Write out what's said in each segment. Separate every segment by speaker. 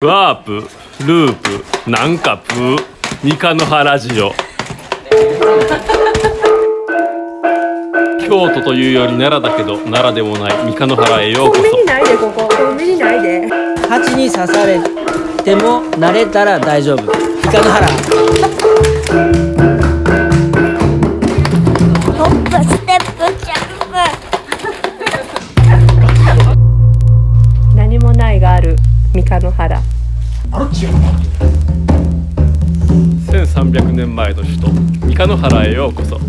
Speaker 1: ワープループなんかプー三日の原ラジオ京都というより奈良だけど奈良でもない三日の原へようこ
Speaker 2: コンビ
Speaker 1: そ
Speaker 2: ニないでここコンビニないで
Speaker 3: 蜂に刺されても慣れたら大丈夫イカの腹
Speaker 4: ホップステップジャンプ
Speaker 2: 何もないがある三日の原
Speaker 1: 1300年前の首都三日の原へようこそ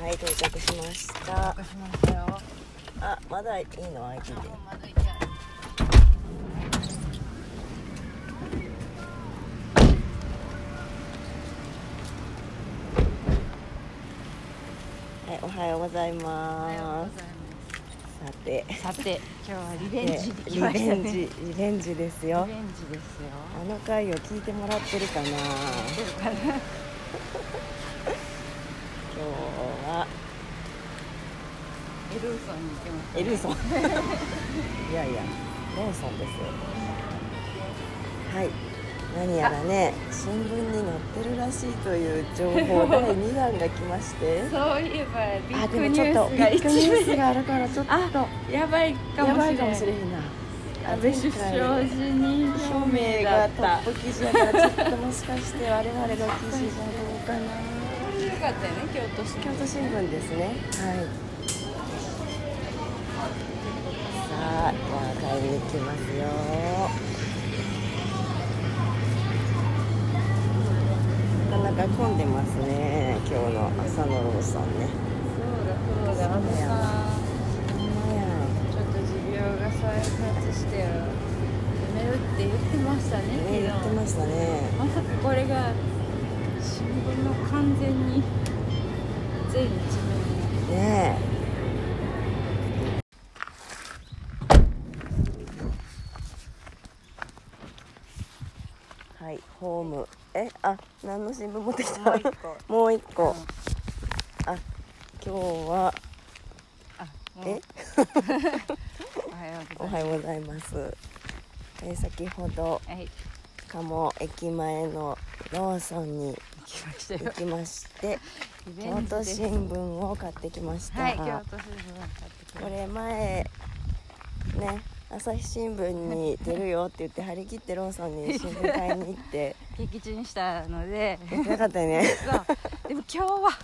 Speaker 5: はい、到着しました。あ、まだいいの開いてて。はい、おはようございます。さて、
Speaker 6: さて今日はリベン
Speaker 5: ね
Speaker 6: ジでき
Speaker 5: リ
Speaker 6: ました
Speaker 5: ベ
Speaker 6: ね
Speaker 5: ンジ、リベンジですよ
Speaker 6: リ。ベンジですよ
Speaker 5: あの回を聞いてもらってるかな。今日は
Speaker 6: エルーソンに行きま
Speaker 5: エルソン いやいやロンソンですよはい何やらね新聞に載ってるらしいという情報第2弾が来まして
Speaker 6: すそういえばビ
Speaker 5: あで
Speaker 6: ッグ
Speaker 5: も
Speaker 6: ニ
Speaker 5: ちょ
Speaker 6: ュ
Speaker 5: っと
Speaker 6: ー
Speaker 5: ビ
Speaker 6: スが
Speaker 5: ッ
Speaker 6: 一
Speaker 5: グニュース
Speaker 6: 面
Speaker 5: があるからちょっと
Speaker 6: やばいか
Speaker 5: や
Speaker 6: も
Speaker 5: ばい
Speaker 6: し
Speaker 5: かもしれ
Speaker 6: れ
Speaker 5: へ
Speaker 6: ない
Speaker 5: んな
Speaker 6: 安倍首相辞任表
Speaker 5: 表
Speaker 6: 明
Speaker 5: 明
Speaker 6: だ
Speaker 5: が
Speaker 6: っ
Speaker 5: ト
Speaker 6: た
Speaker 5: ップ記事やからちょっともしかして我々の記事がどうかな
Speaker 6: 面白かったよね京都市
Speaker 5: 京都新聞ですね。はい。さあ、じゃあ帰りに来ますよ。なかなか混んでますね。今日の朝のローソンね。
Speaker 6: そうだあのさちょっと持病が再発してやめるって言ってましたね
Speaker 5: ね、言っ
Speaker 6: 昨
Speaker 5: て
Speaker 6: 日
Speaker 5: ましたね。
Speaker 6: まさかこれが新聞の完全に全一面に
Speaker 5: ねえ。はい、ホーム。え、あ、何の新聞持ってきた。 もう一個。あ、今日は、え、
Speaker 6: おはよう
Speaker 5: おはよう
Speaker 6: ございま
Speaker 5: ございます。え、先ほど、
Speaker 6: すはい
Speaker 5: 鴨駅前のローソンに
Speaker 6: 来ました
Speaker 5: 行
Speaker 6: よ
Speaker 5: きまして。
Speaker 6: イベ
Speaker 5: 京
Speaker 6: ン
Speaker 5: 都
Speaker 6: トです
Speaker 5: 新聞を買ってきました。
Speaker 6: はい、京都新聞を買ってきま
Speaker 5: これ前ね朝日新聞に出るよって言って張り切ってローソンに新聞買いに行 って
Speaker 6: す撃沈したので、
Speaker 5: やってなかったよね
Speaker 6: そうでも今日は今日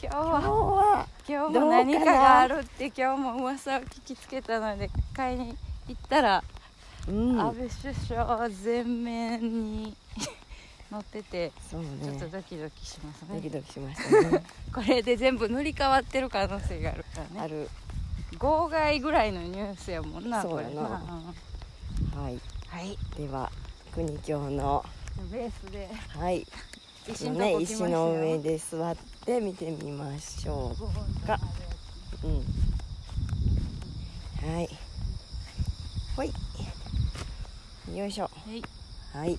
Speaker 5: 今日
Speaker 6: は
Speaker 5: はど
Speaker 6: 今日
Speaker 5: う
Speaker 6: も
Speaker 5: かな
Speaker 6: 何かがあるって今日も噂を聞きつけたので買いに行ったら、
Speaker 5: うん
Speaker 6: 安倍首相全面に載ってて
Speaker 5: そう
Speaker 6: ちょっと
Speaker 5: ね
Speaker 6: ドキドキします
Speaker 5: ドキ
Speaker 6: ね
Speaker 5: ドキしましたね
Speaker 6: これで全部塗り替わってる可能性があるから
Speaker 5: あ
Speaker 6: ね
Speaker 5: る
Speaker 6: 号外ぐらいのニュースやもんな
Speaker 5: そう
Speaker 6: こ
Speaker 5: や
Speaker 6: れ
Speaker 5: な
Speaker 6: なうん
Speaker 5: はい
Speaker 6: はい
Speaker 5: では国境の
Speaker 6: ベースで
Speaker 5: はい
Speaker 6: 石
Speaker 5: の
Speaker 6: の
Speaker 5: ね
Speaker 6: とこ来まし
Speaker 5: 石
Speaker 6: たよ
Speaker 5: の上で座って見てみましょ
Speaker 6: ご本
Speaker 5: か
Speaker 6: 様です
Speaker 5: ううんはいほいよいしょ
Speaker 6: はい
Speaker 5: はい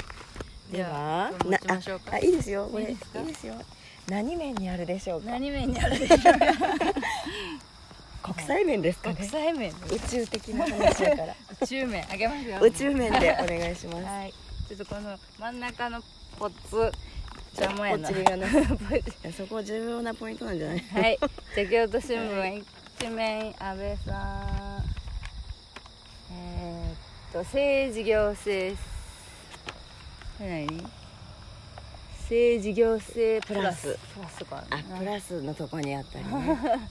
Speaker 5: で
Speaker 6: で
Speaker 5: は
Speaker 6: は、
Speaker 5: な
Speaker 6: 持ちましょう
Speaker 5: あ、
Speaker 6: か
Speaker 5: あ。いいですよ。これい
Speaker 6: い
Speaker 5: い
Speaker 6: い
Speaker 5: で
Speaker 6: ですすか
Speaker 5: よ。何面にあるでしょうか。
Speaker 6: 何面にある でしょうか。
Speaker 5: 国際面ですか
Speaker 6: 国
Speaker 5: ね。
Speaker 6: 際面、
Speaker 5: 宇宙的な話だ から。
Speaker 6: 宇宙面あげますよ。
Speaker 5: 宇宙面でお願いします。
Speaker 6: はい。ちょっとこの真ん中のポツ邪魔やな。
Speaker 5: お釣り
Speaker 6: は
Speaker 5: がな。 いやそこ重要なポイントなんじゃない。
Speaker 6: い。じゃあ京都新聞一面安倍さん。えー、っと政治行政何？政治行政プラスプラスか
Speaker 5: あ、プラスのとこにあ ったりね。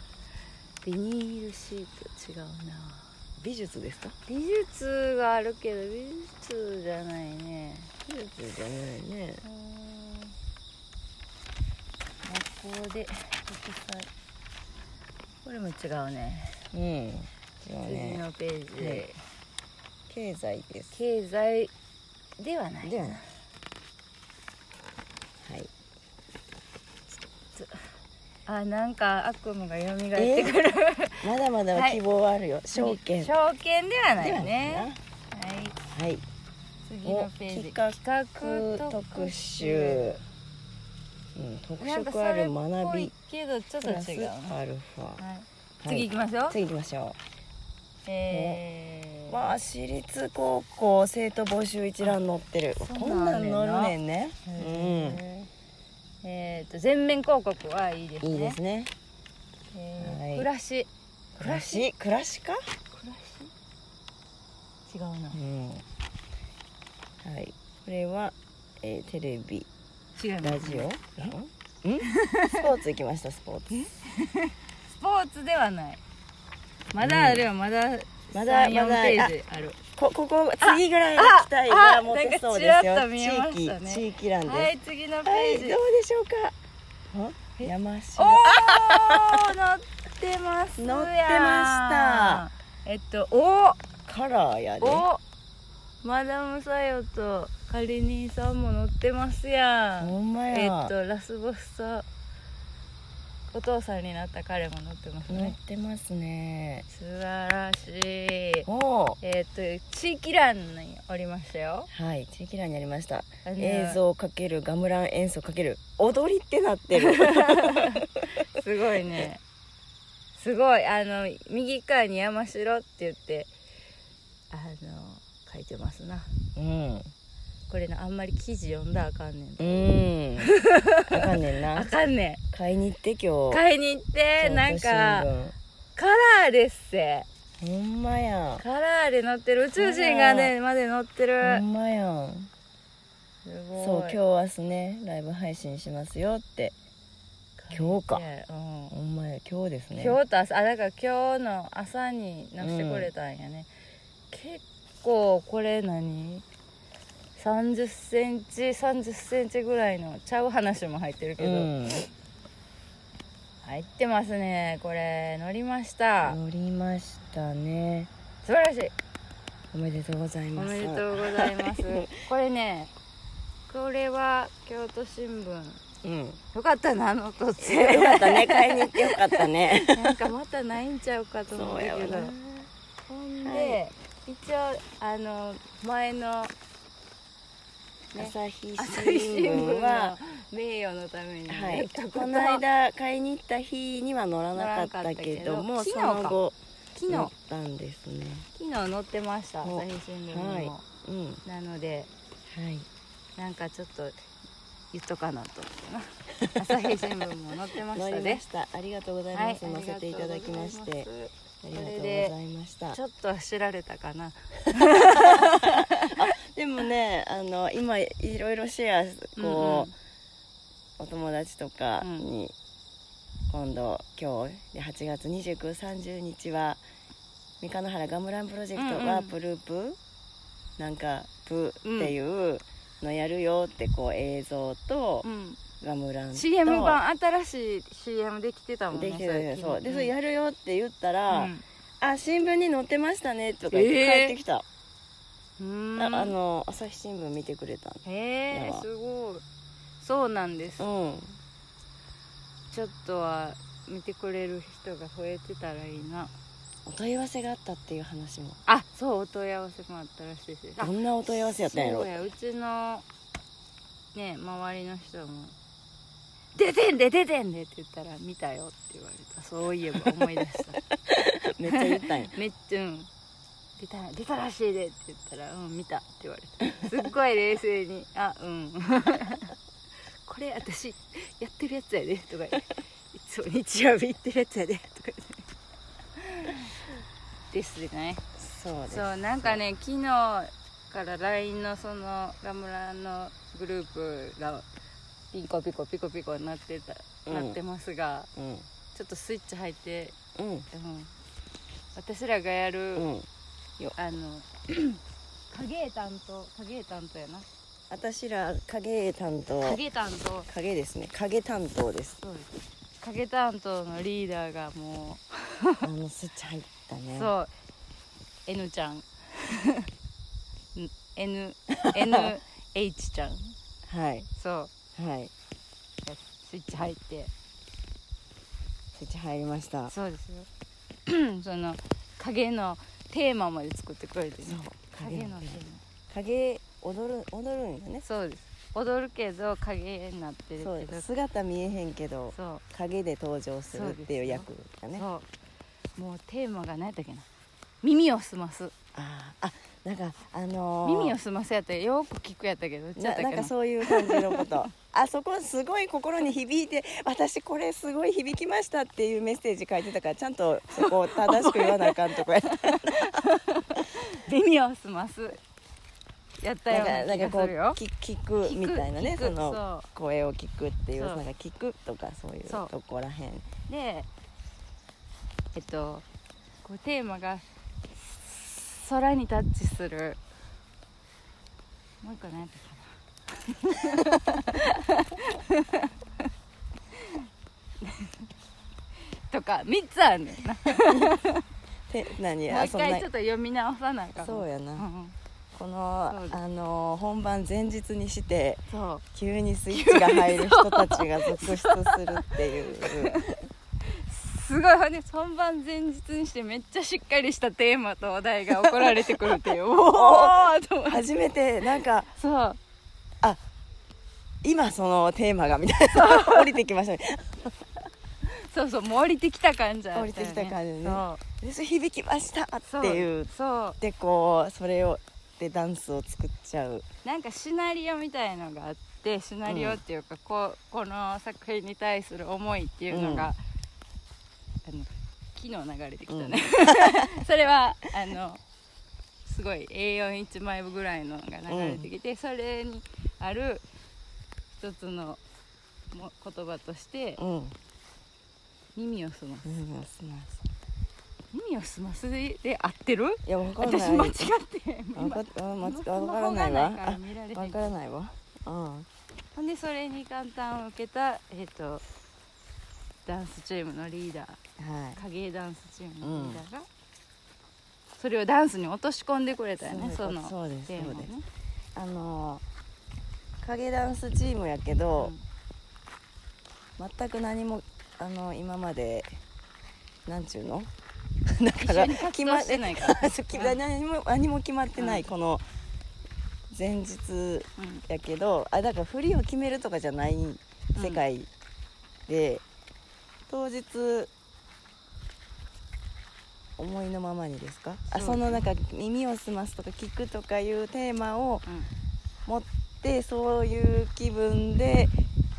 Speaker 6: ビニールシート違うな。
Speaker 5: 美術ですか。
Speaker 6: 美術があるけど美術じゃないね
Speaker 5: 美術じゃないね。
Speaker 6: うーん学校で国際これも違うね
Speaker 5: うん。違う
Speaker 6: 次
Speaker 5: ね。
Speaker 6: のページで、
Speaker 5: 経済です。
Speaker 6: 経済ではない
Speaker 5: ではない。はい。
Speaker 6: あなんか悪夢が蘇ってくる、
Speaker 5: まだまだ希望はあるよ、証券
Speaker 6: 証券ではないねはい
Speaker 5: はい
Speaker 6: 次
Speaker 5: お
Speaker 6: のページ
Speaker 5: 企画特集、うん、特
Speaker 6: なんかそ
Speaker 5: 色あ
Speaker 6: れっ
Speaker 5: る学
Speaker 6: ぽい
Speaker 5: び
Speaker 6: けどちょ
Speaker 5: プ
Speaker 6: っと違う
Speaker 5: ラス
Speaker 6: な
Speaker 5: アルファ、
Speaker 6: はい
Speaker 5: はい
Speaker 6: 次行きましょう
Speaker 5: 次行きましょ
Speaker 6: え
Speaker 5: う
Speaker 6: ー
Speaker 5: まあ私立高校生徒募集一覧載ってる
Speaker 6: そう
Speaker 5: こんな
Speaker 6: なんんねん
Speaker 5: 載
Speaker 6: な
Speaker 5: るねんねう
Speaker 6: へーえーと全面広告はいいです
Speaker 5: ん
Speaker 6: ね
Speaker 5: いいですね
Speaker 6: えー
Speaker 5: はい
Speaker 6: 暮らし
Speaker 5: 暮らし暮らしか
Speaker 6: 暮らし違うな
Speaker 5: うんはいこれは、えーテレビ
Speaker 6: 違うな
Speaker 5: ラジオうんんスポーツ行きましたスポーツ
Speaker 6: スポーツではないまだあるよまだ
Speaker 5: まだ
Speaker 6: 3 4
Speaker 5: まだ
Speaker 6: ページある
Speaker 5: こここ次ぐらいの期待が持てそうですよ
Speaker 6: ああなんかちらっと見えましたね
Speaker 5: 地域地域欄です、
Speaker 6: はい次のペ
Speaker 5: はい、
Speaker 6: ー
Speaker 5: どう
Speaker 6: ジ
Speaker 5: でしょうか。ん山
Speaker 6: お
Speaker 5: 城。
Speaker 6: お乗ってますやん
Speaker 5: 乗ってま
Speaker 6: えっとお
Speaker 5: カラーやで。
Speaker 6: おマダムサヨとカリニーさんも乗ってますやん
Speaker 5: ほんま
Speaker 6: え
Speaker 5: や。
Speaker 6: っとラスボスとお父さんになった彼も乗ってます
Speaker 5: 乗
Speaker 6: ね
Speaker 5: ってますね。
Speaker 6: 素晴らしい
Speaker 5: おお。
Speaker 6: えっと地域欄におりましたよ
Speaker 5: はい、地域欄にありました。
Speaker 6: あの
Speaker 5: 映像かけるガムラン演奏かける踊りってなって る。
Speaker 6: すごいね。すごい。あの、右側に山城って言って、あの、書いてますな。
Speaker 5: うん。う
Speaker 6: これな、あんまり記事読んだらあかんね
Speaker 5: ー
Speaker 6: ん。
Speaker 5: ん。あかんねん
Speaker 6: あ
Speaker 5: な。
Speaker 6: かんね
Speaker 5: 買いに行って今
Speaker 6: ん。
Speaker 5: 日。
Speaker 6: 買いに行って、
Speaker 5: 京都
Speaker 6: なんか、
Speaker 5: 新
Speaker 6: カラーですって。
Speaker 5: 聞ほんまや。
Speaker 6: カラーで乗ってる。宇宙人がね、まで乗って
Speaker 5: ほ
Speaker 6: る。
Speaker 5: んまやん。
Speaker 6: すごい。
Speaker 5: そう、今日明日ね、ライブ配信しますよって。今日か
Speaker 6: 書い。てうん
Speaker 5: ほんまや、今日ですね。
Speaker 6: 今日と朝あだから今日の朝になしてくれたんやね、結構これ何3 0センチ3 0センチぐらいのちゃう話も入ってるけ
Speaker 5: う
Speaker 6: ど、
Speaker 5: ん。
Speaker 6: 入ってますねこれ乗りました、
Speaker 5: 乗りましたね。
Speaker 6: 素晴らしい
Speaker 5: おめでとうござい
Speaker 6: お
Speaker 5: ます。
Speaker 6: めでとうござ いますこれねこれは京都新聞
Speaker 5: うん。よ
Speaker 6: よかったなあの 撮って
Speaker 5: か ったね、買いに行ってよかったね。
Speaker 6: なんかまたないんちゃうかと思うんだ
Speaker 5: そう
Speaker 6: けど
Speaker 5: やわな
Speaker 6: ほんで、
Speaker 5: は
Speaker 6: 一応あの前のね
Speaker 5: 朝日
Speaker 6: 朝日新
Speaker 5: 新
Speaker 6: 聞
Speaker 5: 聞は
Speaker 6: は、名誉のためにね、
Speaker 5: はい、
Speaker 6: ちょっと
Speaker 5: この間買いに行った日には乗らなかったけども、
Speaker 6: 乗
Speaker 5: そ
Speaker 6: らなか
Speaker 5: の
Speaker 6: ったけど
Speaker 5: 後
Speaker 6: 昨日
Speaker 5: 乗ったんですね。
Speaker 6: 昨日載ってました
Speaker 5: お
Speaker 6: 朝日新聞にも、
Speaker 5: はいうん、は
Speaker 6: なので
Speaker 5: い、
Speaker 6: なんかちょっと言っとかなと思って な朝日新聞も載ってました
Speaker 5: 乗りま
Speaker 6: ね
Speaker 5: した。ありがとうござい
Speaker 6: は
Speaker 5: ます。乗せていただきまし
Speaker 6: あり
Speaker 5: て
Speaker 6: がと、
Speaker 5: あ
Speaker 6: うござい
Speaker 5: り
Speaker 6: ま
Speaker 5: が
Speaker 6: す
Speaker 5: とう
Speaker 6: それ
Speaker 5: ご
Speaker 6: で
Speaker 5: ざいました
Speaker 6: ますち。ょっとは知られたかな
Speaker 5: でもね、あの今いろいろシェアこう、お友達とかに、今度今日で8月29、30日は三日野原ガムランプロジェク
Speaker 6: うんうん
Speaker 5: トワープループ、なんかプっていうのやるよってこう映像と
Speaker 6: うん、うん
Speaker 5: ガムランと
Speaker 6: CM 版新しい CM できてたもんね
Speaker 5: できてる
Speaker 6: 最近
Speaker 5: そうで
Speaker 6: ん
Speaker 5: それやるよって言ったら、
Speaker 6: うん
Speaker 5: あ新聞に載ってましたねとか言って
Speaker 6: えー
Speaker 5: 帰ってきた、
Speaker 6: うーん
Speaker 5: ああの朝日新聞見てくれた
Speaker 6: へえ
Speaker 5: やわ
Speaker 6: すごいそうなんです、
Speaker 5: のうん
Speaker 6: ちょっとは見てくれる人が増えてたらいいな
Speaker 5: お問い合わせがあったっていう話も
Speaker 6: あそうお問い合わせもあったらしいです
Speaker 5: どんなお問い合わせやったんや
Speaker 6: そ
Speaker 5: ろ
Speaker 6: うやうちのね周りの人も「出てんで出てんで」って言ったら「見たよ」って言われたそういえば思い出した
Speaker 5: めっちゃ言ったんや
Speaker 6: めっちゃうん出た出たらしいでって言ったら「うん見た」って言われたすっごい冷静に「あうん これ私やってるやつやで」とか言って「いつも日曜日行ってるやつやで」とか言ってですね
Speaker 5: そうです
Speaker 6: そうなんかね昨日から LINE のそのガムランのグループがピコピコピコピコなってた、
Speaker 5: うん
Speaker 6: なってますが
Speaker 5: うん
Speaker 6: ちょっとスイッチ入って、
Speaker 5: うん
Speaker 6: うん、私らがやる、
Speaker 5: うん
Speaker 6: あの 影絵担当影絵担当やな
Speaker 5: 私ら影担当
Speaker 6: 影絵担当
Speaker 5: 影ですね影担当です
Speaker 6: そうです影担当のリーダーがも
Speaker 5: あのスイッチ入った
Speaker 6: う、
Speaker 5: ね
Speaker 6: そう N ちゃん N NH ちゃん
Speaker 5: はい
Speaker 6: そう
Speaker 5: はい
Speaker 6: スイッチ入って
Speaker 5: スイッチ入りました
Speaker 6: そうですよ その影のテーマまで作ってくれてね影のテー
Speaker 5: 影踊る踊るんよね
Speaker 6: マそうです踊るけど影になってるけど
Speaker 5: そう姿見えへんけど
Speaker 6: そう
Speaker 5: 影で登場するっていう役だね
Speaker 6: そうもうテーマが何やったっけな耳をすます
Speaker 5: あーあなんかあのー
Speaker 6: 耳をすますやったらよく聞くやったけどどっちや
Speaker 5: な
Speaker 6: ったっ
Speaker 5: なん
Speaker 6: け
Speaker 5: か
Speaker 6: な
Speaker 5: そういう感じのこと あそこすごい心に響いて私これすごい響きましたっていうメッセージ書いてたからちゃんとそこを正しく言わなあかんとこやった
Speaker 6: 耳をすますやったよう
Speaker 5: な
Speaker 6: な
Speaker 5: かな
Speaker 6: ん気
Speaker 5: ん
Speaker 6: が
Speaker 5: かこう
Speaker 6: するよ
Speaker 5: 聞聞くみたいなね
Speaker 6: 聞く聞
Speaker 5: そ
Speaker 6: く
Speaker 5: の声を聞くっていう
Speaker 6: そう
Speaker 5: なんか聞くとかそういう
Speaker 6: そう
Speaker 5: とこらへん
Speaker 6: でえっとこうテーマが空にタッチするもう一個何や ったかなとか3つあるねんな
Speaker 5: て何
Speaker 6: もう
Speaker 5: や
Speaker 6: 一
Speaker 5: そんな
Speaker 6: 回ちょっと読み直さないかも
Speaker 5: そうや
Speaker 6: う
Speaker 5: な、
Speaker 6: んうん
Speaker 5: この
Speaker 6: そうです
Speaker 5: あの本番前日にして
Speaker 6: そう
Speaker 5: 急にスイッチが入る人たちが続出するっていう
Speaker 6: すごいほんで本番前日にしてめっちゃしっかりしたテーマとお題が送られてくる っていうおおーと思って
Speaker 5: 初めてなんか
Speaker 6: そう
Speaker 5: 今そのテーマがみたいな降りてきましたね
Speaker 6: そうそうもう降りてきた感じだったよ、
Speaker 5: 降りてきた感じね
Speaker 6: そ
Speaker 5: でそれ響きました
Speaker 6: う
Speaker 5: っていう
Speaker 6: そう
Speaker 5: でこうそれをでダンスを作っちゃう
Speaker 6: なんかシナリオみたいのがあってシナリオっていうか、こうこの作品に対する思いっていうのが、あの昨日流れてきたね、 それはあのすごい A41 枚分ぐらいのが流れてきて、それにある一つのも言葉として
Speaker 5: うん
Speaker 6: 「耳をすま
Speaker 5: う
Speaker 6: す
Speaker 5: んすまん」
Speaker 6: 「耳をすますで」で合ってる
Speaker 5: いやわからない
Speaker 6: 私間違ってへん
Speaker 5: わかわま
Speaker 6: 今
Speaker 5: つわからないわ
Speaker 6: スマホがないから見られへん
Speaker 5: あわからないわうん
Speaker 6: ほんでそれに簡単を受けた、えっとダンスチームのリーダー
Speaker 5: はい
Speaker 6: 影絵ダンスチームのリーダーが、それをダンスに落とし込んでくれたよね
Speaker 5: そ
Speaker 6: そう
Speaker 5: いう
Speaker 6: の
Speaker 5: ことそうです
Speaker 6: テーマをね
Speaker 5: そうあの影ダンスチームやけど、全く何もあの今までなんちゅうのだ
Speaker 6: 一緒に活動してないか ら、
Speaker 5: そう決め何も何も決まってない、
Speaker 6: うん
Speaker 5: この前日
Speaker 6: うん
Speaker 5: やけどあだから振りを決めるとかじゃない世界で、当日思いのままにですかそあ
Speaker 6: そう
Speaker 5: そのなんか耳を澄ますとか聞くとかいうテーマを
Speaker 6: うん
Speaker 5: 持ってそういう気分で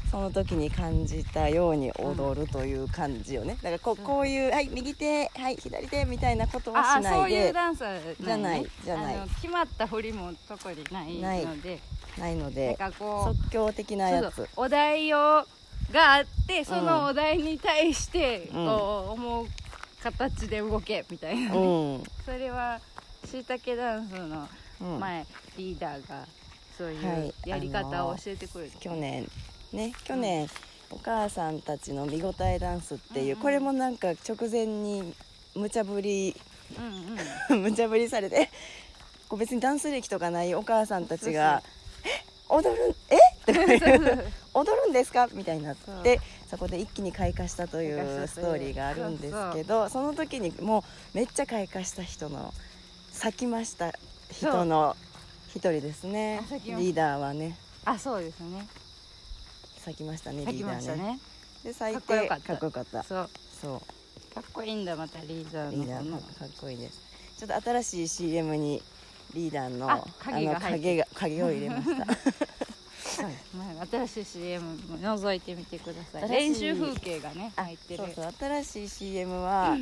Speaker 5: その時に感じたように踊るという感じよね、だからこ
Speaker 6: そう
Speaker 5: こういう「はい右手はい左手」みたいなことは
Speaker 6: あ
Speaker 5: し
Speaker 6: あ
Speaker 5: な
Speaker 6: そう
Speaker 5: い
Speaker 6: い
Speaker 5: で
Speaker 6: うダンサー
Speaker 5: じゃないじゃない
Speaker 6: あの決まった振りも特にないので
Speaker 5: ないの
Speaker 6: な
Speaker 5: で
Speaker 6: んかこう
Speaker 5: 即興的なや
Speaker 6: そう
Speaker 5: つ
Speaker 6: そうお題をがあってそう
Speaker 5: ん
Speaker 6: のお題に対してこう思う形で動けみたいな、
Speaker 5: う
Speaker 6: ね
Speaker 5: ん、
Speaker 6: それはしいたけダンスの
Speaker 5: うん
Speaker 6: 前、リーダーがそう
Speaker 5: は
Speaker 6: いう
Speaker 5: い
Speaker 6: やり方を教えてくれて、
Speaker 5: 去年ね去年、お母さんたちの見応えダンスっていう、これもなんか直前に無茶ぶり
Speaker 6: うんうん
Speaker 5: 無茶ぶりされてこう別にダンス歴とかないお母さんたちが「え踊るえとか言 う踊るんですか?」みたいになってそこで一気に開花したとい
Speaker 6: 開花
Speaker 5: う
Speaker 6: し
Speaker 5: ス
Speaker 6: た
Speaker 5: ト
Speaker 6: という
Speaker 5: ーリーがあるんですけどその時にもうめっちゃ開花した人の咲きました人の一人ですね
Speaker 6: あ咲きました
Speaker 5: リーダーはね
Speaker 6: あそうですね
Speaker 5: 咲きましたね
Speaker 6: 書
Speaker 5: リ
Speaker 6: き
Speaker 5: ーダ
Speaker 6: ま
Speaker 5: ー
Speaker 6: した
Speaker 5: ね。
Speaker 6: ね
Speaker 5: で最
Speaker 6: かっこよ
Speaker 5: 低
Speaker 6: かった
Speaker 5: かっこよかった
Speaker 6: そう
Speaker 5: そ
Speaker 6: かっこいいんだまたリーダ
Speaker 5: う
Speaker 6: ー
Speaker 5: リ
Speaker 6: の
Speaker 5: ーダ
Speaker 6: こ
Speaker 5: ー
Speaker 6: の
Speaker 5: のかっこいいですちょっと新しい CM にリーダーの
Speaker 6: あ影が
Speaker 5: の
Speaker 6: 入っ
Speaker 5: 影が影を入れました
Speaker 6: まあ新しい CM も覗いてみてください練
Speaker 5: 新しい
Speaker 6: 習風景がね 入ってる
Speaker 5: そうそう新しい CM は、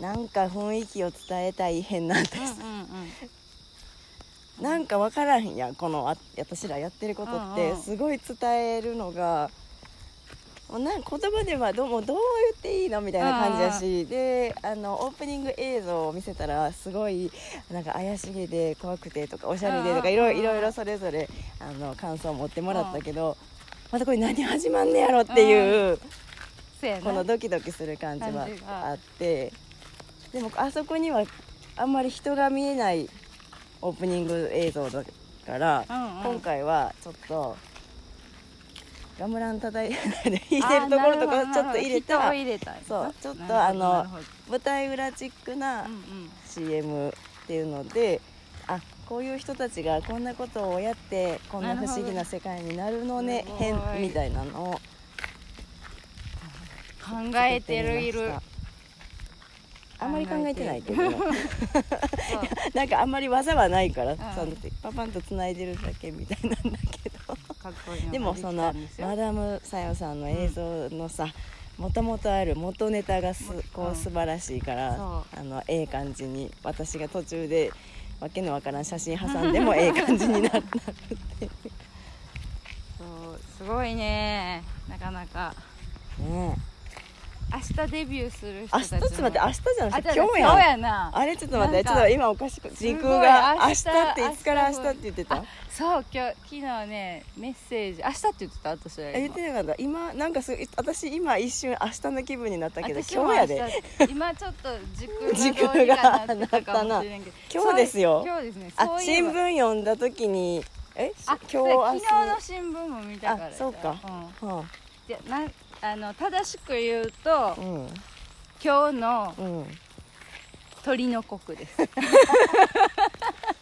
Speaker 5: なんか雰囲気を伝えたい変 なんです、
Speaker 6: うんうんうん
Speaker 5: なんかわからんやんこのあ私らやってることっ
Speaker 6: うん
Speaker 5: て
Speaker 6: うん
Speaker 5: すごい伝えるのが、もうなん言葉ではどうもどう言っていいのみたいな感じだし、であのオープニング映像を見せたらすごいなんか怪しげで怖くてとかおしゃれでとか
Speaker 6: うん
Speaker 5: い
Speaker 6: うんう
Speaker 5: ろ
Speaker 6: ん
Speaker 5: いろいろいろそれぞれあの感想を持ってもらったけど、またこれ何始まんねやろっていう。
Speaker 6: そうやな
Speaker 5: このドキドキする感じは
Speaker 6: 感じが
Speaker 5: あってでもあそこにはあんまり人が見えないオープニング映像だから、
Speaker 6: うんうん
Speaker 5: 今回はちょっとガムラン叩いて弾いてるところとかちょっと入れた
Speaker 6: あーなるほどなるほど人を入れた
Speaker 5: そうちょっと
Speaker 6: なるほど
Speaker 5: あの
Speaker 6: なるほど
Speaker 5: 舞台裏チックな
Speaker 6: うんうん
Speaker 5: CM っていうのであこういう人たちがこんなことをやってこんな不思議な世界になるのね
Speaker 6: なるほど
Speaker 5: 変
Speaker 6: すごい
Speaker 5: みたいなのを
Speaker 6: 考えてるい
Speaker 5: 作ってみ
Speaker 6: る
Speaker 5: ましたあんまり考えてないけど
Speaker 6: そう
Speaker 5: なんかあんまり技はないから、そ
Speaker 6: ん
Speaker 5: のパパンとつないでるだけみたいなんだけど
Speaker 6: かっこいいのが
Speaker 5: でも
Speaker 6: き
Speaker 5: そ
Speaker 6: た
Speaker 5: の
Speaker 6: んですよ
Speaker 5: マダムさよさんの映像のさもともとある元ネタがす
Speaker 6: も
Speaker 5: こ
Speaker 6: うん
Speaker 5: う素晴らしいから
Speaker 6: そ
Speaker 5: あのええ感じに私が途中でわけのわからん写真挟んで もええ感じになった
Speaker 6: そうすごいねなかなか
Speaker 5: ね
Speaker 6: 明日デビューする人
Speaker 5: 明
Speaker 6: た
Speaker 5: 日
Speaker 6: ち
Speaker 5: ちょっと待って
Speaker 6: も
Speaker 5: 明日じゃな
Speaker 6: あ
Speaker 5: くて
Speaker 6: じゃあ
Speaker 5: 今日
Speaker 6: 今
Speaker 5: や
Speaker 6: 日
Speaker 5: ん
Speaker 6: やな
Speaker 5: あれちょっと待ってち
Speaker 6: なん
Speaker 5: ょっ
Speaker 6: か
Speaker 5: と今おかしく時空
Speaker 6: す
Speaker 5: が
Speaker 6: ご
Speaker 5: 明
Speaker 6: い
Speaker 5: 日っていつから明日って言ってた
Speaker 6: あそう今日昨日ねメッセージ明日って言ってた私は
Speaker 5: え言っ
Speaker 6: 今
Speaker 5: てなかった今なんかす私今一瞬明日の気分になったけど
Speaker 6: 私も
Speaker 5: 今日やで
Speaker 6: 明日今ちょっ と時空がどうにかなってたかもしれんけど
Speaker 5: 時空がなったな今日ですよ
Speaker 6: そう今日ですね
Speaker 5: あ
Speaker 6: そういえ
Speaker 5: 新
Speaker 6: ば
Speaker 5: 聞読んだ時にえ
Speaker 6: あ
Speaker 5: 今日
Speaker 6: そう
Speaker 5: 明
Speaker 6: 昨日
Speaker 5: 日
Speaker 6: の新聞も見たから
Speaker 5: あそうか
Speaker 6: ん
Speaker 5: は
Speaker 6: でなあの正しく言うと
Speaker 5: あうん
Speaker 6: 今日の
Speaker 5: うん
Speaker 6: 鳥の国です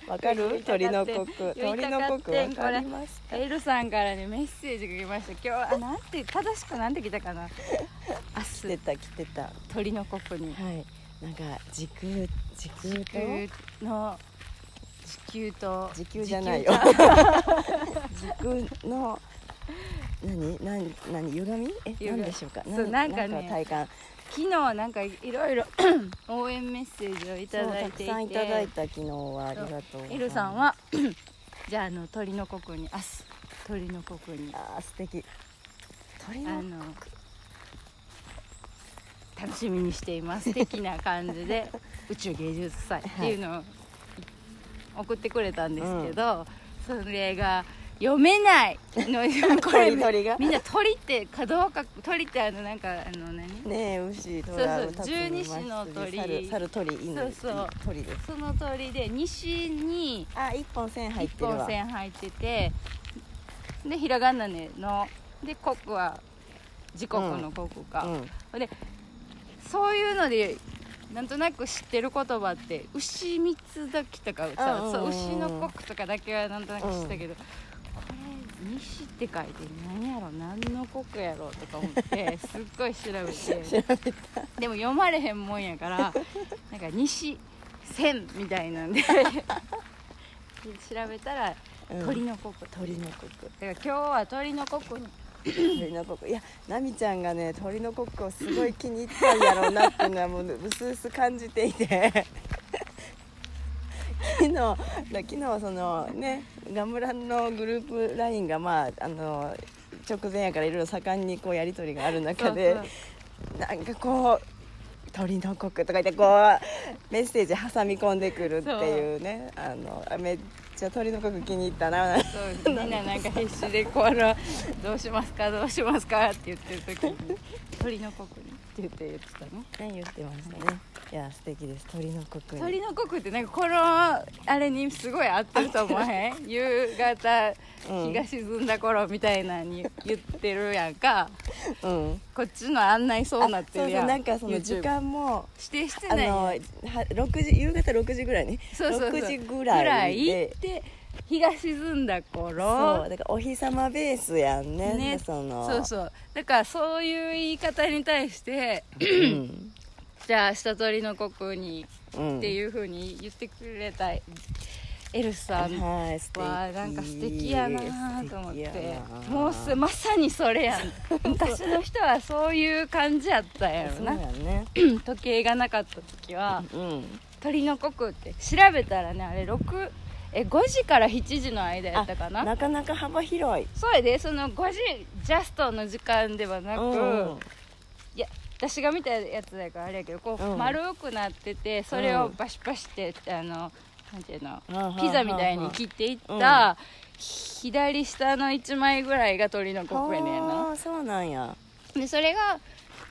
Speaker 5: わかる
Speaker 6: 言い
Speaker 5: 鳥
Speaker 6: たか
Speaker 5: の
Speaker 6: って
Speaker 5: 国
Speaker 6: 言い
Speaker 5: 鳥
Speaker 6: た
Speaker 5: の
Speaker 6: かって
Speaker 5: 国わかりますか
Speaker 6: エルさんからねメッセージが来ました今日あなんて正しくなんて来たかな
Speaker 5: 来て
Speaker 6: 明日
Speaker 5: た来てたは
Speaker 6: 鳥の国に
Speaker 5: いなんか時空時空
Speaker 6: 地球
Speaker 5: と
Speaker 6: の地球と
Speaker 5: 時給じゃないよ 時空の何何何歪みえ
Speaker 6: 歪み
Speaker 5: 何でしょうか
Speaker 6: そうなんかね
Speaker 5: 体感
Speaker 6: 昨日なんかいろいろ 応援メッセージをい
Speaker 5: そう
Speaker 6: ただ
Speaker 5: た
Speaker 6: い
Speaker 5: く
Speaker 6: てい
Speaker 5: さんい
Speaker 6: て
Speaker 5: ただいた昨日はありがとう
Speaker 6: エルさんは じゃああの鳥の国に明日鳥の国に
Speaker 5: あー素敵鳥
Speaker 6: あ
Speaker 5: の
Speaker 6: の楽しみにして います的な感じで宇宙芸術祭っていうのを送ってくれたんですけど、それが読めないのこ れ
Speaker 5: 鳥鳥が
Speaker 6: みんな鳥ってかどうか鳥ってあのなんかあの何
Speaker 5: ねえ牛ト
Speaker 6: そうそう十二支の鳥
Speaker 5: 猿猿鳥犬
Speaker 6: そうそう
Speaker 5: 鳥です
Speaker 6: その鳥で西に
Speaker 5: あ一本線入っ
Speaker 6: 一
Speaker 5: てる
Speaker 6: 本
Speaker 5: わ
Speaker 6: 線入っててでひらがなねので国は時刻の国か、
Speaker 5: うん
Speaker 6: でそういうのでなんとなく知ってる言葉って牛三つだけとかさ、
Speaker 5: うんうん
Speaker 6: そう
Speaker 5: うん
Speaker 6: 牛の国とかだけはなんとなく知ったけど、これ西って書いて何やろ何の国やろとか思ってすっごい調べて でも読まれへんもんやからなんか西線みたいなんで調べたら
Speaker 5: うん
Speaker 6: 鳥の国、
Speaker 5: 鳥の
Speaker 6: だから今日は鳥の国
Speaker 5: 国
Speaker 6: に
Speaker 5: 鳥の国いや奈美ちゃんがね鳥の国をすごい気に入ったんだろうなっていうのはも ううすうす感じていて 昨日だ昨日そのねガムランのグループ LINE がまああの直前やからいろいろ盛んにこうやり取りがある中で
Speaker 6: そう
Speaker 5: なんかこう「鳥の国」とか言ってこうメッセージ挟み込んでくるっていうねあのあめっちゃ鳥の国気に入ったな
Speaker 6: そうみんななんか必死でこの「どうしますかどうしますか」って言ってる時に「鳥の国に」って言って言ってたの
Speaker 5: ね、言ってましたね。いや、素敵です。鳥の国に。
Speaker 6: 鳥の国ってなんかこのあれにすごい合ってると思わへん夕方
Speaker 5: うん
Speaker 6: 日が沈んだ頃みたいなに言ってるやんか
Speaker 5: うん。
Speaker 6: こっちの案内そうなってるやん
Speaker 5: あそうそうなんかその
Speaker 6: YouTube
Speaker 5: 時間も。
Speaker 6: 指定して
Speaker 5: あ
Speaker 6: ない
Speaker 5: の、
Speaker 6: やん
Speaker 5: は六時、夕方六時ぐらいね。
Speaker 6: そうそうそう
Speaker 5: 6時ぐらい
Speaker 6: ぐらい
Speaker 5: で。
Speaker 6: って日が沈んだ
Speaker 5: そ
Speaker 6: 頃
Speaker 5: う、だからお日様ベースやんね。
Speaker 6: ね
Speaker 5: その。
Speaker 6: そうそうだからそういう言い方に対して
Speaker 5: うん。
Speaker 6: じゃあ下鳥の国に
Speaker 5: うん。
Speaker 6: っていう風に言ってくれたエルさんは
Speaker 5: はい、素敵。
Speaker 6: なんか素敵やなと思っ
Speaker 5: 素敵
Speaker 6: て
Speaker 5: やな
Speaker 6: もうすまさにそれやん昔の人はそういう感じやったやろ
Speaker 5: そう
Speaker 6: な
Speaker 5: やね。
Speaker 6: 時計がなかった時は
Speaker 5: うん。
Speaker 6: 鳥の国って調べたらねあれ6え5時から7時の間やったかな
Speaker 5: なかなか幅広い。
Speaker 6: そうやでその5時ジャストの時間ではなく、
Speaker 5: うん。
Speaker 6: いや私が見たやつだからあれやけどこう、
Speaker 5: うん
Speaker 6: 丸くなっててそれをバシバシってあのなんていうの
Speaker 5: うん
Speaker 6: ピザみたいに切っていった、左下の1枚ぐらいが鳥の国やねん
Speaker 5: あ
Speaker 6: な
Speaker 5: ーそうなんや。
Speaker 6: でそれが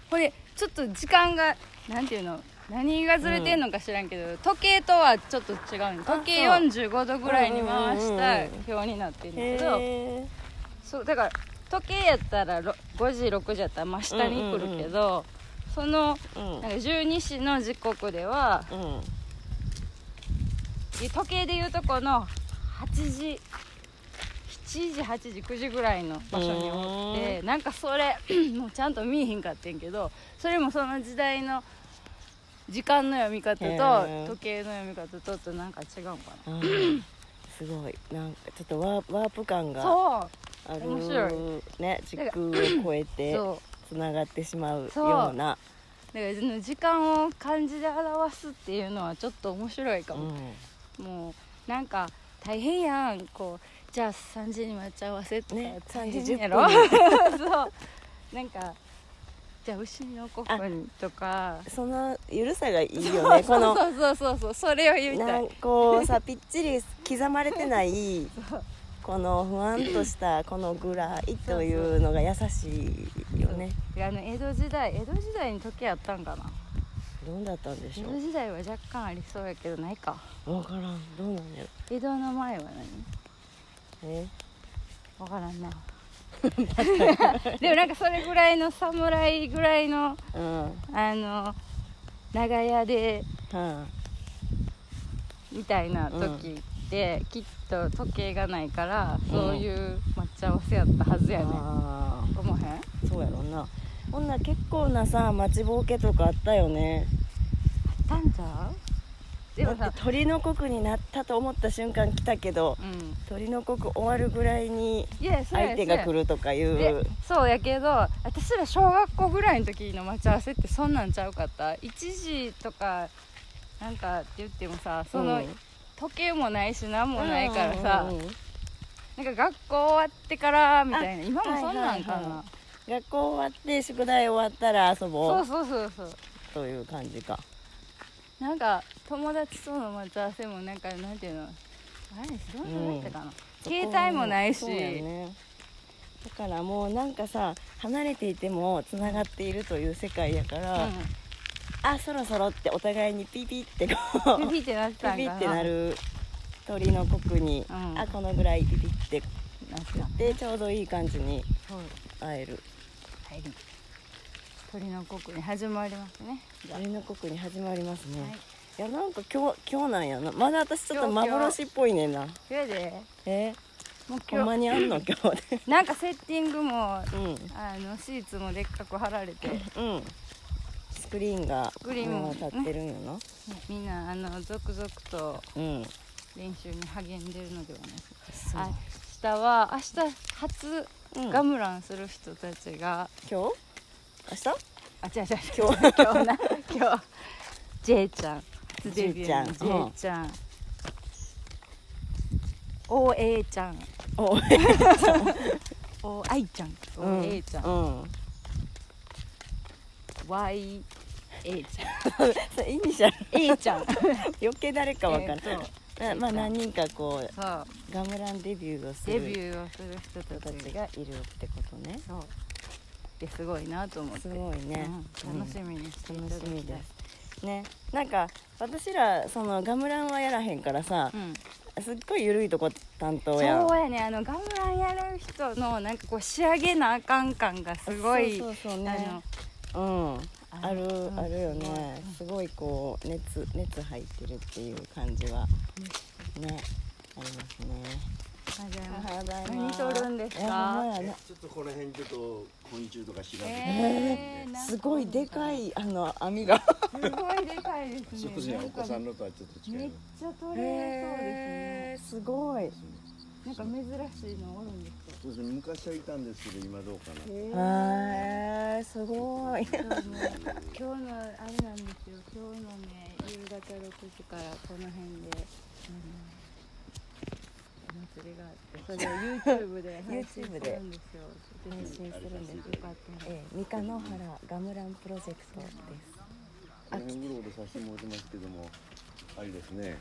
Speaker 6: これちょっと時間がなんていうの何がずれてんのか知らんけど、時計とはちょっと違うの時計
Speaker 5: そう
Speaker 6: 45度ぐらいに回
Speaker 5: うんうんうん
Speaker 6: し
Speaker 5: うん
Speaker 6: た表になってるんだけど、
Speaker 5: へえ。
Speaker 6: そうだから時計やったらろ5時6時やったら真下に来るけど、その
Speaker 5: うん
Speaker 6: なんか12時の時刻では
Speaker 5: うん
Speaker 6: 時計でいうとこの8時7時8時9時ぐらいの場所におってなんかそれ もうちゃんと見えへんかってんけどそれもその時代の時間の読み方
Speaker 5: へー
Speaker 6: と時計の読み方ととなんか違うんか
Speaker 5: うんすごいなんかちょっとワーワープ感
Speaker 6: な
Speaker 5: が
Speaker 6: そ
Speaker 5: ある
Speaker 6: 面白い
Speaker 5: ね時空を超え
Speaker 6: う
Speaker 5: て
Speaker 6: そう
Speaker 5: つながってしまうよ
Speaker 6: そう
Speaker 5: うな
Speaker 6: だからその時間を漢字で表すっていうのはちょっと面白いかも、もうなんか大変やんこうじゃあ3時に待ち合わせって
Speaker 5: ね
Speaker 6: 大
Speaker 5: 3時10
Speaker 6: 変やろ、
Speaker 5: 分
Speaker 6: そうなんかじゃあ牛のここにとか
Speaker 5: そのゆるさがいいよねこの
Speaker 6: そうそうそうそうそれを言いた
Speaker 5: ないんこうさぴっちり刻まれてないこのふわんとしたこのぐらいというのが優しいよね
Speaker 6: いやあの江戸時代江戸時代に時あったんかな
Speaker 5: どうだったんで
Speaker 6: 江
Speaker 5: しょ
Speaker 6: 戸時代は若干ありそうやけどないか
Speaker 5: う分からんどうなんや
Speaker 6: 江戸の前は
Speaker 5: ろね
Speaker 6: 何わから んなでもなんかそれぐらいの侍ぐらいの
Speaker 5: うんは
Speaker 6: あの長屋で
Speaker 5: あ
Speaker 6: みたいな時って、きっと時計がないから、そういう待ち合わせやったはずやね
Speaker 5: あ
Speaker 6: 思わへん
Speaker 5: ーそうやろなほんなら結構なさ待ちぼうけとかあったよね
Speaker 6: たんちゃうでも
Speaker 5: だ
Speaker 6: さ
Speaker 5: って鳥の国になったと思った瞬間来たけど
Speaker 6: うん
Speaker 5: 鳥の国終わるぐらいに
Speaker 6: いやそうや
Speaker 5: 相手が来るとかい
Speaker 6: そうや
Speaker 5: う
Speaker 6: でそうやけど私ら小学校ぐらいの時の待ち合わせってそんなんちゃうかった1時とかなんかって言ってもさその、
Speaker 5: うん
Speaker 6: 時計もないし何もないからさ、
Speaker 5: うんうんうん
Speaker 6: なんか学校終わってからみたいな今もそんなんかな、
Speaker 5: はいはいはい学校終わって宿題終わったら遊ぼ
Speaker 6: そううそうそうそう
Speaker 5: という感じか
Speaker 6: なんか友達との待ち合わせもなんかなんていうのあれどうなったかな、携帯もないし、
Speaker 5: そうやねだからもうなんかさ離れていてもつながっているという世界やか
Speaker 6: う
Speaker 5: ら、
Speaker 6: ん
Speaker 5: あそろそろってお互いにピピってこう
Speaker 6: ピピってなってたんか
Speaker 5: ピピ
Speaker 6: な
Speaker 5: ってなる鳥の国に、
Speaker 6: うん
Speaker 5: あこのぐらいピピって
Speaker 6: なってた
Speaker 5: でちょうどいい感じに
Speaker 6: そう
Speaker 5: 会える
Speaker 6: 入り鳥の国に始まりますね
Speaker 5: 鳥の国に始まりますね、
Speaker 6: はい
Speaker 5: い、やなんか今日今日なんやなまだ私ちょっと
Speaker 6: 今日今日
Speaker 5: 幻っぽいねんな
Speaker 6: それで
Speaker 5: え
Speaker 6: もう
Speaker 5: ー、ほん
Speaker 6: 今
Speaker 5: ま
Speaker 6: 日
Speaker 5: にあんの今日で
Speaker 6: なんかセッティングもあ
Speaker 5: うん
Speaker 6: のシーツもでっかく貼られて
Speaker 5: うん、スクリーンが
Speaker 6: クリーンも
Speaker 5: もう立ってるんよな、
Speaker 6: みんなあの続々と
Speaker 5: うん
Speaker 6: 練習に励んでるのではないですかあ明日は明日初
Speaker 5: うん
Speaker 6: ガムランする人たちが、
Speaker 5: 今日明日
Speaker 6: あ、違う違う今日今日な今日 J ちゃん初デビューの
Speaker 5: J ちゃん
Speaker 6: J ちゃん OA ちゃん
Speaker 5: お
Speaker 6: OI ちゃん OA ちゃん
Speaker 5: うん、うん、
Speaker 6: YA ちゃん
Speaker 5: それイニシャル
Speaker 6: A ちゃ ん
Speaker 5: 余計誰かわからん、
Speaker 6: えー
Speaker 5: なまあ何人かこう
Speaker 6: そう
Speaker 5: ガムランデビューをす
Speaker 6: デビ
Speaker 5: る
Speaker 6: ューをする
Speaker 5: 人
Speaker 6: 人た
Speaker 5: た
Speaker 6: ち
Speaker 5: ち
Speaker 6: が
Speaker 5: がいるってことね
Speaker 6: そうですごいなと思って
Speaker 5: すごいね、
Speaker 6: うん楽しみにしていただ
Speaker 5: 楽しみ
Speaker 6: きた
Speaker 5: で
Speaker 6: い
Speaker 5: すねなんか私らそのガムランはやらへんからさ
Speaker 6: う、ん
Speaker 5: すっごい緩いとこ担当
Speaker 6: そう
Speaker 5: やん
Speaker 6: やねあのガムランやる人のなんかこう仕上げなあかん感がすごい
Speaker 5: そうそうそう
Speaker 6: あ
Speaker 5: ねう
Speaker 6: の
Speaker 5: ん、
Speaker 6: あ
Speaker 5: ある
Speaker 6: うん
Speaker 5: あるよねすごいこう熱熱入ってるっていう感じはねありますね
Speaker 6: ありがとう
Speaker 5: お
Speaker 6: ございます
Speaker 5: はようございます
Speaker 6: 何撮るんです
Speaker 5: いやほん
Speaker 6: か
Speaker 5: まやな
Speaker 7: ちょっとこの辺ちょっと昆虫とか調べて、
Speaker 6: えー、
Speaker 5: すごいでかいあの網が
Speaker 6: すごいでかいです
Speaker 7: ちょっと
Speaker 6: ね
Speaker 7: ね
Speaker 6: な
Speaker 7: お
Speaker 6: ん
Speaker 7: 子
Speaker 6: か
Speaker 7: さんのとはちょっと違
Speaker 6: めっ
Speaker 7: う
Speaker 6: ちゃ取れ
Speaker 5: へえすごい
Speaker 6: そうですねなんか珍しいのおるんですよ
Speaker 7: そうですね昔はいたんですけど今どうかな
Speaker 5: へえすごい
Speaker 6: 今日ね今日のあれなんですよ今日のね夕方6時からこの辺で、あのお祭りがあってそれを YouTube で配信す
Speaker 5: YouTube
Speaker 6: る
Speaker 5: で
Speaker 6: んですよ
Speaker 5: 配信するんです
Speaker 6: よかったら
Speaker 5: えー三日野原ガムランプロジェクトです
Speaker 7: この辺うろうろさせてもらってますけどもあれですね、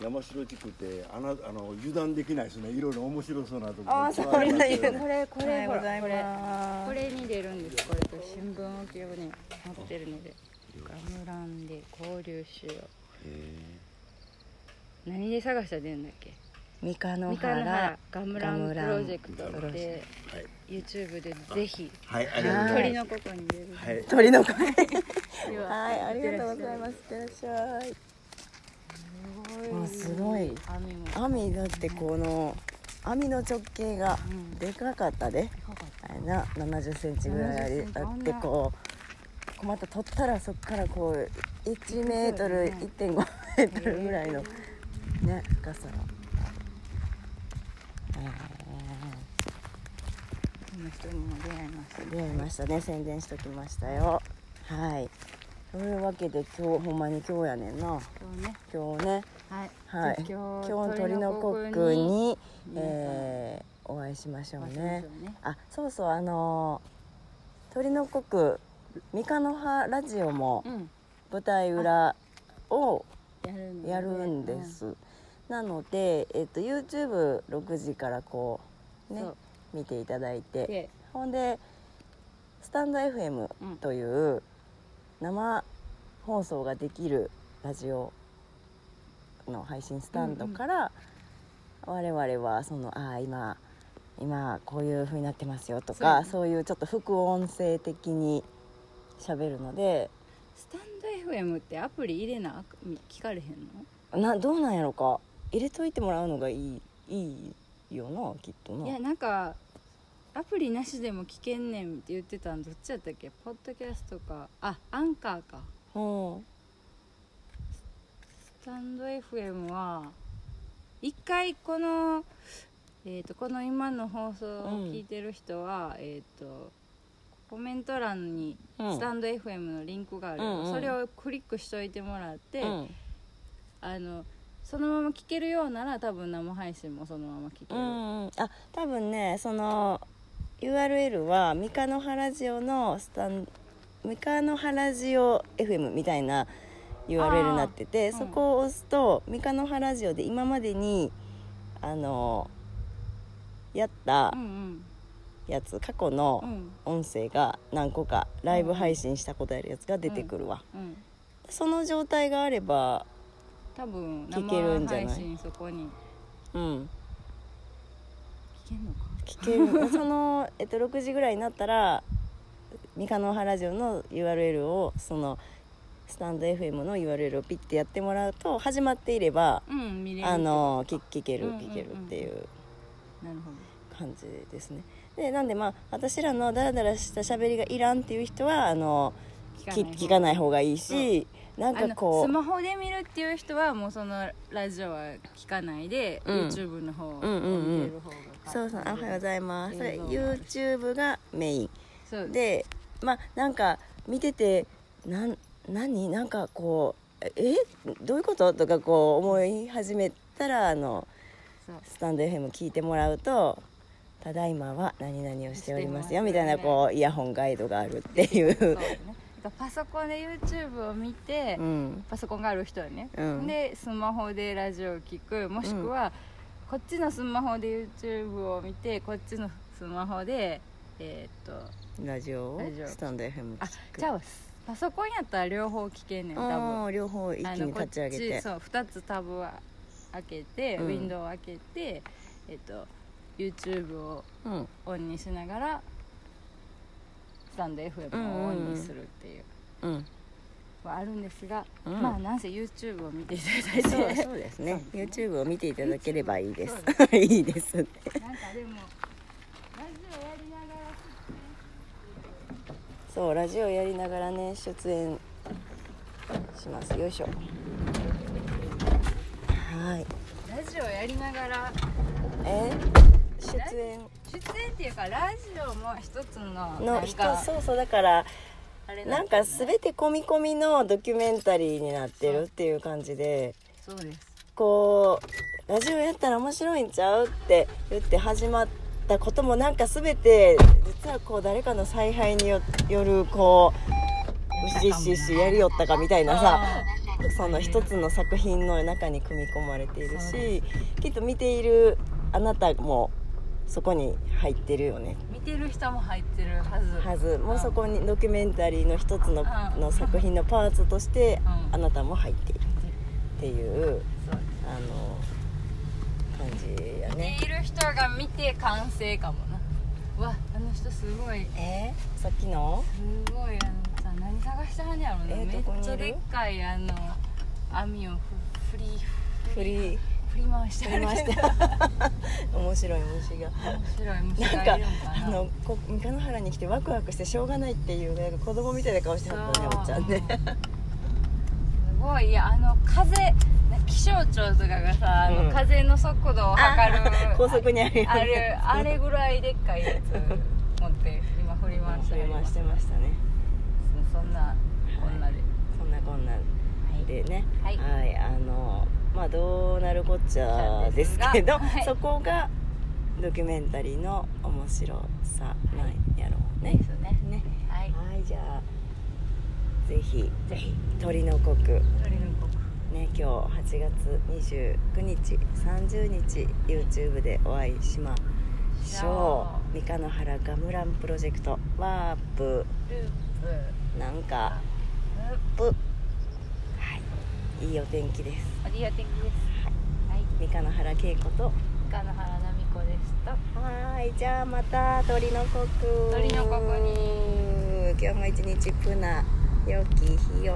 Speaker 7: 山城地区ってあなあの油断できないですねいろいろ面白そうなところ
Speaker 5: あー
Speaker 7: いっぱいりますよね
Speaker 5: そう
Speaker 6: これこれほらこれ
Speaker 5: ま
Speaker 6: これに出るんですこれと新聞置きをね持ってるのでガムランで交流しよう
Speaker 7: え
Speaker 6: 何で探したら出るんだっけ
Speaker 7: ー
Speaker 5: 三日
Speaker 6: 三
Speaker 5: の
Speaker 6: 河
Speaker 5: 原
Speaker 6: 原ガムランプロジェクト
Speaker 5: ガムラ
Speaker 6: っ
Speaker 5: ンプロジェ
Speaker 6: て YouTube でぜひ
Speaker 7: はい、ありがとうござい
Speaker 6: 鳥
Speaker 7: ま
Speaker 6: のここに出る
Speaker 7: す。はい。
Speaker 5: 鳥の声
Speaker 6: では
Speaker 5: はいありがとうございますいってらっしゃいあすごい
Speaker 6: 雨も
Speaker 5: 網だってこの網の直径がでかかったで、あれな70センチぐらいあり
Speaker 6: 70
Speaker 5: あってこう困った取ったらそっからこう1メートル1.5メートルぐらいのね深さの
Speaker 6: この人にも出会いました
Speaker 5: 出会いましたね宣伝しときましたよはいというわけで今日ほんまに今日やねんな
Speaker 6: 今日ね
Speaker 5: 今日ね
Speaker 6: はい
Speaker 5: はい
Speaker 6: じゃあ
Speaker 5: 今日鳥のコックに、えーお会いしましょう
Speaker 6: お会いしま
Speaker 5: ね
Speaker 6: しょうね
Speaker 5: あそうそうあのー鳥のコック三日の葉ラジオも
Speaker 6: うん
Speaker 5: 舞台裏を
Speaker 6: やるの
Speaker 5: やるんです、なので、えっと YouTube6 時からこうね
Speaker 6: そう
Speaker 5: 見ていただい
Speaker 6: うん
Speaker 5: て
Speaker 6: で
Speaker 5: ほんでスタンド FM
Speaker 6: うん
Speaker 5: という生放送ができるラジオの配信スタンドから、我々はそのああ今今こういう風になってますよと
Speaker 6: そうや
Speaker 5: か
Speaker 6: ね
Speaker 5: そういうちょっと副音声的に喋るので
Speaker 6: スタンド FM ってアプリ入れなあか聞かれへんの
Speaker 5: などうなんやろか入れといてもらうのがいいいいよなきっと
Speaker 6: いや
Speaker 5: な。
Speaker 6: なんかアプリなしでも聞けんねんって言ってたんどっちやったっけポッドキャストかあアンカーか
Speaker 5: うん
Speaker 6: スタンド FM は一回このえー、とこの今の放送を聞いてる人は、えー、とコメント欄に
Speaker 5: うん
Speaker 6: スタンド FM のリンクがある、
Speaker 5: うんうん
Speaker 6: それをクリックしといてもらって、
Speaker 5: うん
Speaker 6: あのそのまま聞けるようなら多分生配信もそのまま聞け
Speaker 5: う
Speaker 6: る、
Speaker 5: んうんあ多分ねその URL は三河の原ジオのスタン三河の原ジオ FM みたいな URL になってて、
Speaker 6: ーうん
Speaker 5: そこを押すと三河の原ジオで今までにあのやった
Speaker 6: うん
Speaker 5: やつ、過去
Speaker 6: うんう
Speaker 5: の
Speaker 6: ん
Speaker 5: 音声が何個かライブ配信したことあるやつが出てくるわ、
Speaker 6: うん
Speaker 5: その状態があれば
Speaker 6: 多分
Speaker 5: 聞けるん
Speaker 6: 生
Speaker 5: じゃない
Speaker 6: 配信そこに
Speaker 5: うん
Speaker 6: 聞けん
Speaker 5: 聞け
Speaker 6: のか
Speaker 5: るその、えっと、6時ぐらいになったら三河の原城の URL をそのスタンド FM の URL をピッてやってもらうと始まっていれば
Speaker 6: うん見れる
Speaker 5: あの聞聞ける
Speaker 6: うんうんうん
Speaker 5: 聞けるっていう
Speaker 6: なるほど
Speaker 5: 感じですね。でなんでまあ私らのダラダラした喋りがいらんっていう人はあの聞聞かない方がいいし、なん
Speaker 6: あ
Speaker 5: か
Speaker 6: の
Speaker 5: こ
Speaker 6: ス
Speaker 5: う。
Speaker 6: マホで見るっていう人はもうそのラジオは聞かないで、
Speaker 5: うん
Speaker 6: YouTube の方
Speaker 5: うん
Speaker 6: を見
Speaker 5: うんうん
Speaker 6: てる方が
Speaker 5: そうそうあおはようございます。それ
Speaker 6: 映像が
Speaker 5: YouTube がメイン。
Speaker 6: そう
Speaker 5: でまあなんか見ててなん何なんかこうえどういうこととかこう思い始めたらあの
Speaker 6: そう
Speaker 5: スタンド FM 聞いてもらうと「ただいまは何々をしておりますよ」
Speaker 6: してますよね
Speaker 5: みたいなこうイヤホンガイドがあるっていう
Speaker 6: そう、ね、だからパソコンで YouTube を見て、
Speaker 5: うん
Speaker 6: パソコンがある人はね、
Speaker 5: うん
Speaker 6: でスマホでラジオを聞くもしくは、こっちのスマホで YouTube を見てこっちのスマホでえーっと
Speaker 5: ラジオを
Speaker 6: ラジオ
Speaker 5: スタンド FM
Speaker 6: あ
Speaker 5: 聞く
Speaker 6: じゃあパソコンやったら両方聞けんねん多分
Speaker 5: うん両方一
Speaker 6: あ
Speaker 5: 気
Speaker 6: の
Speaker 5: に立ち上げ
Speaker 6: こってちそう2つタブを開けて、
Speaker 5: うん
Speaker 6: ウィンドウを開けて、えっと、YouTube を
Speaker 5: うん
Speaker 6: オンにしながらスタンド FM をオンにするっていう
Speaker 5: うん
Speaker 6: はあるんですが、
Speaker 5: うん
Speaker 6: まあなんせ YouTube を見ていただいて
Speaker 5: そうそうですね
Speaker 6: そうです
Speaker 5: YouTube を見ていただければいいです
Speaker 6: そ う
Speaker 5: いいですね
Speaker 6: なんかでもラジオやりながら
Speaker 5: そうラジオやりながらね出演しますよいしょはい
Speaker 6: ラジオやりながら
Speaker 5: え出演
Speaker 6: 出演っていうかラジオも一つのな
Speaker 5: の
Speaker 6: ん
Speaker 5: 人
Speaker 6: か
Speaker 5: そうそうだから
Speaker 6: あれ
Speaker 5: なん
Speaker 6: だ
Speaker 5: か
Speaker 6: よね
Speaker 5: 全て込み込みのドキュメンタリーになってるっていう感じで
Speaker 6: そうです
Speaker 5: こうラジオやったら面白いんちゃうって言って始まったこともなんか全て実はこう誰かの采配によよるこううしっしっしやりよったかみたいなさその一つの作品の中に組み込まれている
Speaker 6: そう
Speaker 5: しきっと見ているあなたもそこに入ってるよね
Speaker 6: 見てる人も入ってるはず
Speaker 5: はずもうそこにドキュメンタリーの一つの
Speaker 6: うん
Speaker 5: の作品のパーツとして
Speaker 6: うん
Speaker 5: あなたも入っているっていう
Speaker 6: そう
Speaker 5: あの感じ
Speaker 6: かが見て完成かもなうわあの人すごい
Speaker 5: えさっきの
Speaker 6: すごいあのさ何探してはんねやろね、
Speaker 5: えどこ
Speaker 6: め
Speaker 5: に
Speaker 6: っ
Speaker 5: いる
Speaker 6: ちゃでっかいあの網をふ振り
Speaker 5: 振り
Speaker 6: 振り回してあ
Speaker 5: 振り
Speaker 6: る
Speaker 5: まし
Speaker 6: けど
Speaker 5: た面白い虫が
Speaker 6: 面白い虫
Speaker 5: なん
Speaker 6: が
Speaker 5: か
Speaker 6: いるんかな
Speaker 5: あのこ三日野原に来てワクワクしてしょうがないっていうなんか子供みたいな顔してはったね
Speaker 6: そう
Speaker 5: おっちゃんね
Speaker 6: すごいいやあの風気象庁とかがさあの、
Speaker 5: うん
Speaker 6: 風の速度を測る
Speaker 5: 高速にあるよね
Speaker 6: あるあれぐらいでっかいやつ持って今振り回して
Speaker 5: そ
Speaker 6: あ
Speaker 5: れ
Speaker 6: りま
Speaker 5: 回し
Speaker 6: す
Speaker 5: てましたね
Speaker 6: そんなこんなで
Speaker 5: そんなこんなでね
Speaker 6: はい
Speaker 5: はいあのまあどうなるこっちゃですけど
Speaker 6: はい
Speaker 5: そこがドキュメンタリーの面白さなんやろうね
Speaker 6: ですね
Speaker 5: ね
Speaker 6: はい
Speaker 5: はいじゃあぜひ
Speaker 6: ぜひ
Speaker 5: 鳥の国
Speaker 6: 鳥の国
Speaker 5: ね、今日8月29日30日 YouTube でお会いしましょう三日野原ガムランプロジェクトワープ
Speaker 6: ループ
Speaker 5: なんか
Speaker 6: ルー
Speaker 5: プはいいいお天気です
Speaker 6: プアディア的ですはい
Speaker 5: 三日野原恵子と
Speaker 6: 岡野原奈美子でした
Speaker 5: はーいじゃあまた鳥の国
Speaker 6: 鳥の国に
Speaker 5: 今日も一日プナ良き日よ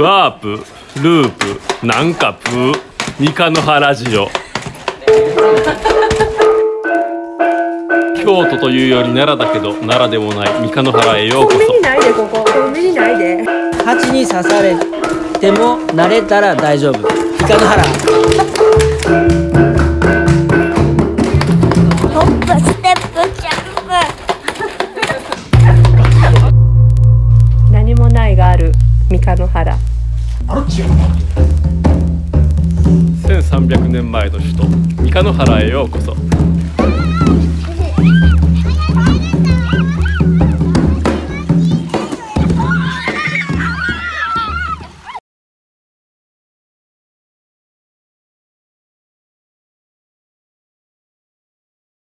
Speaker 1: ワープループなんかプー三日野原ラジオ京都というより奈良だけど奈良でもない三日野原へようこ
Speaker 2: 目
Speaker 1: そ
Speaker 2: にないでここここ目にないで
Speaker 3: 蜂に刺されても慣れたら大丈夫イカの原
Speaker 4: ホップステップジャンプ
Speaker 2: 何もないがある三日野原
Speaker 1: 1300年前の首都三日野原へようこそ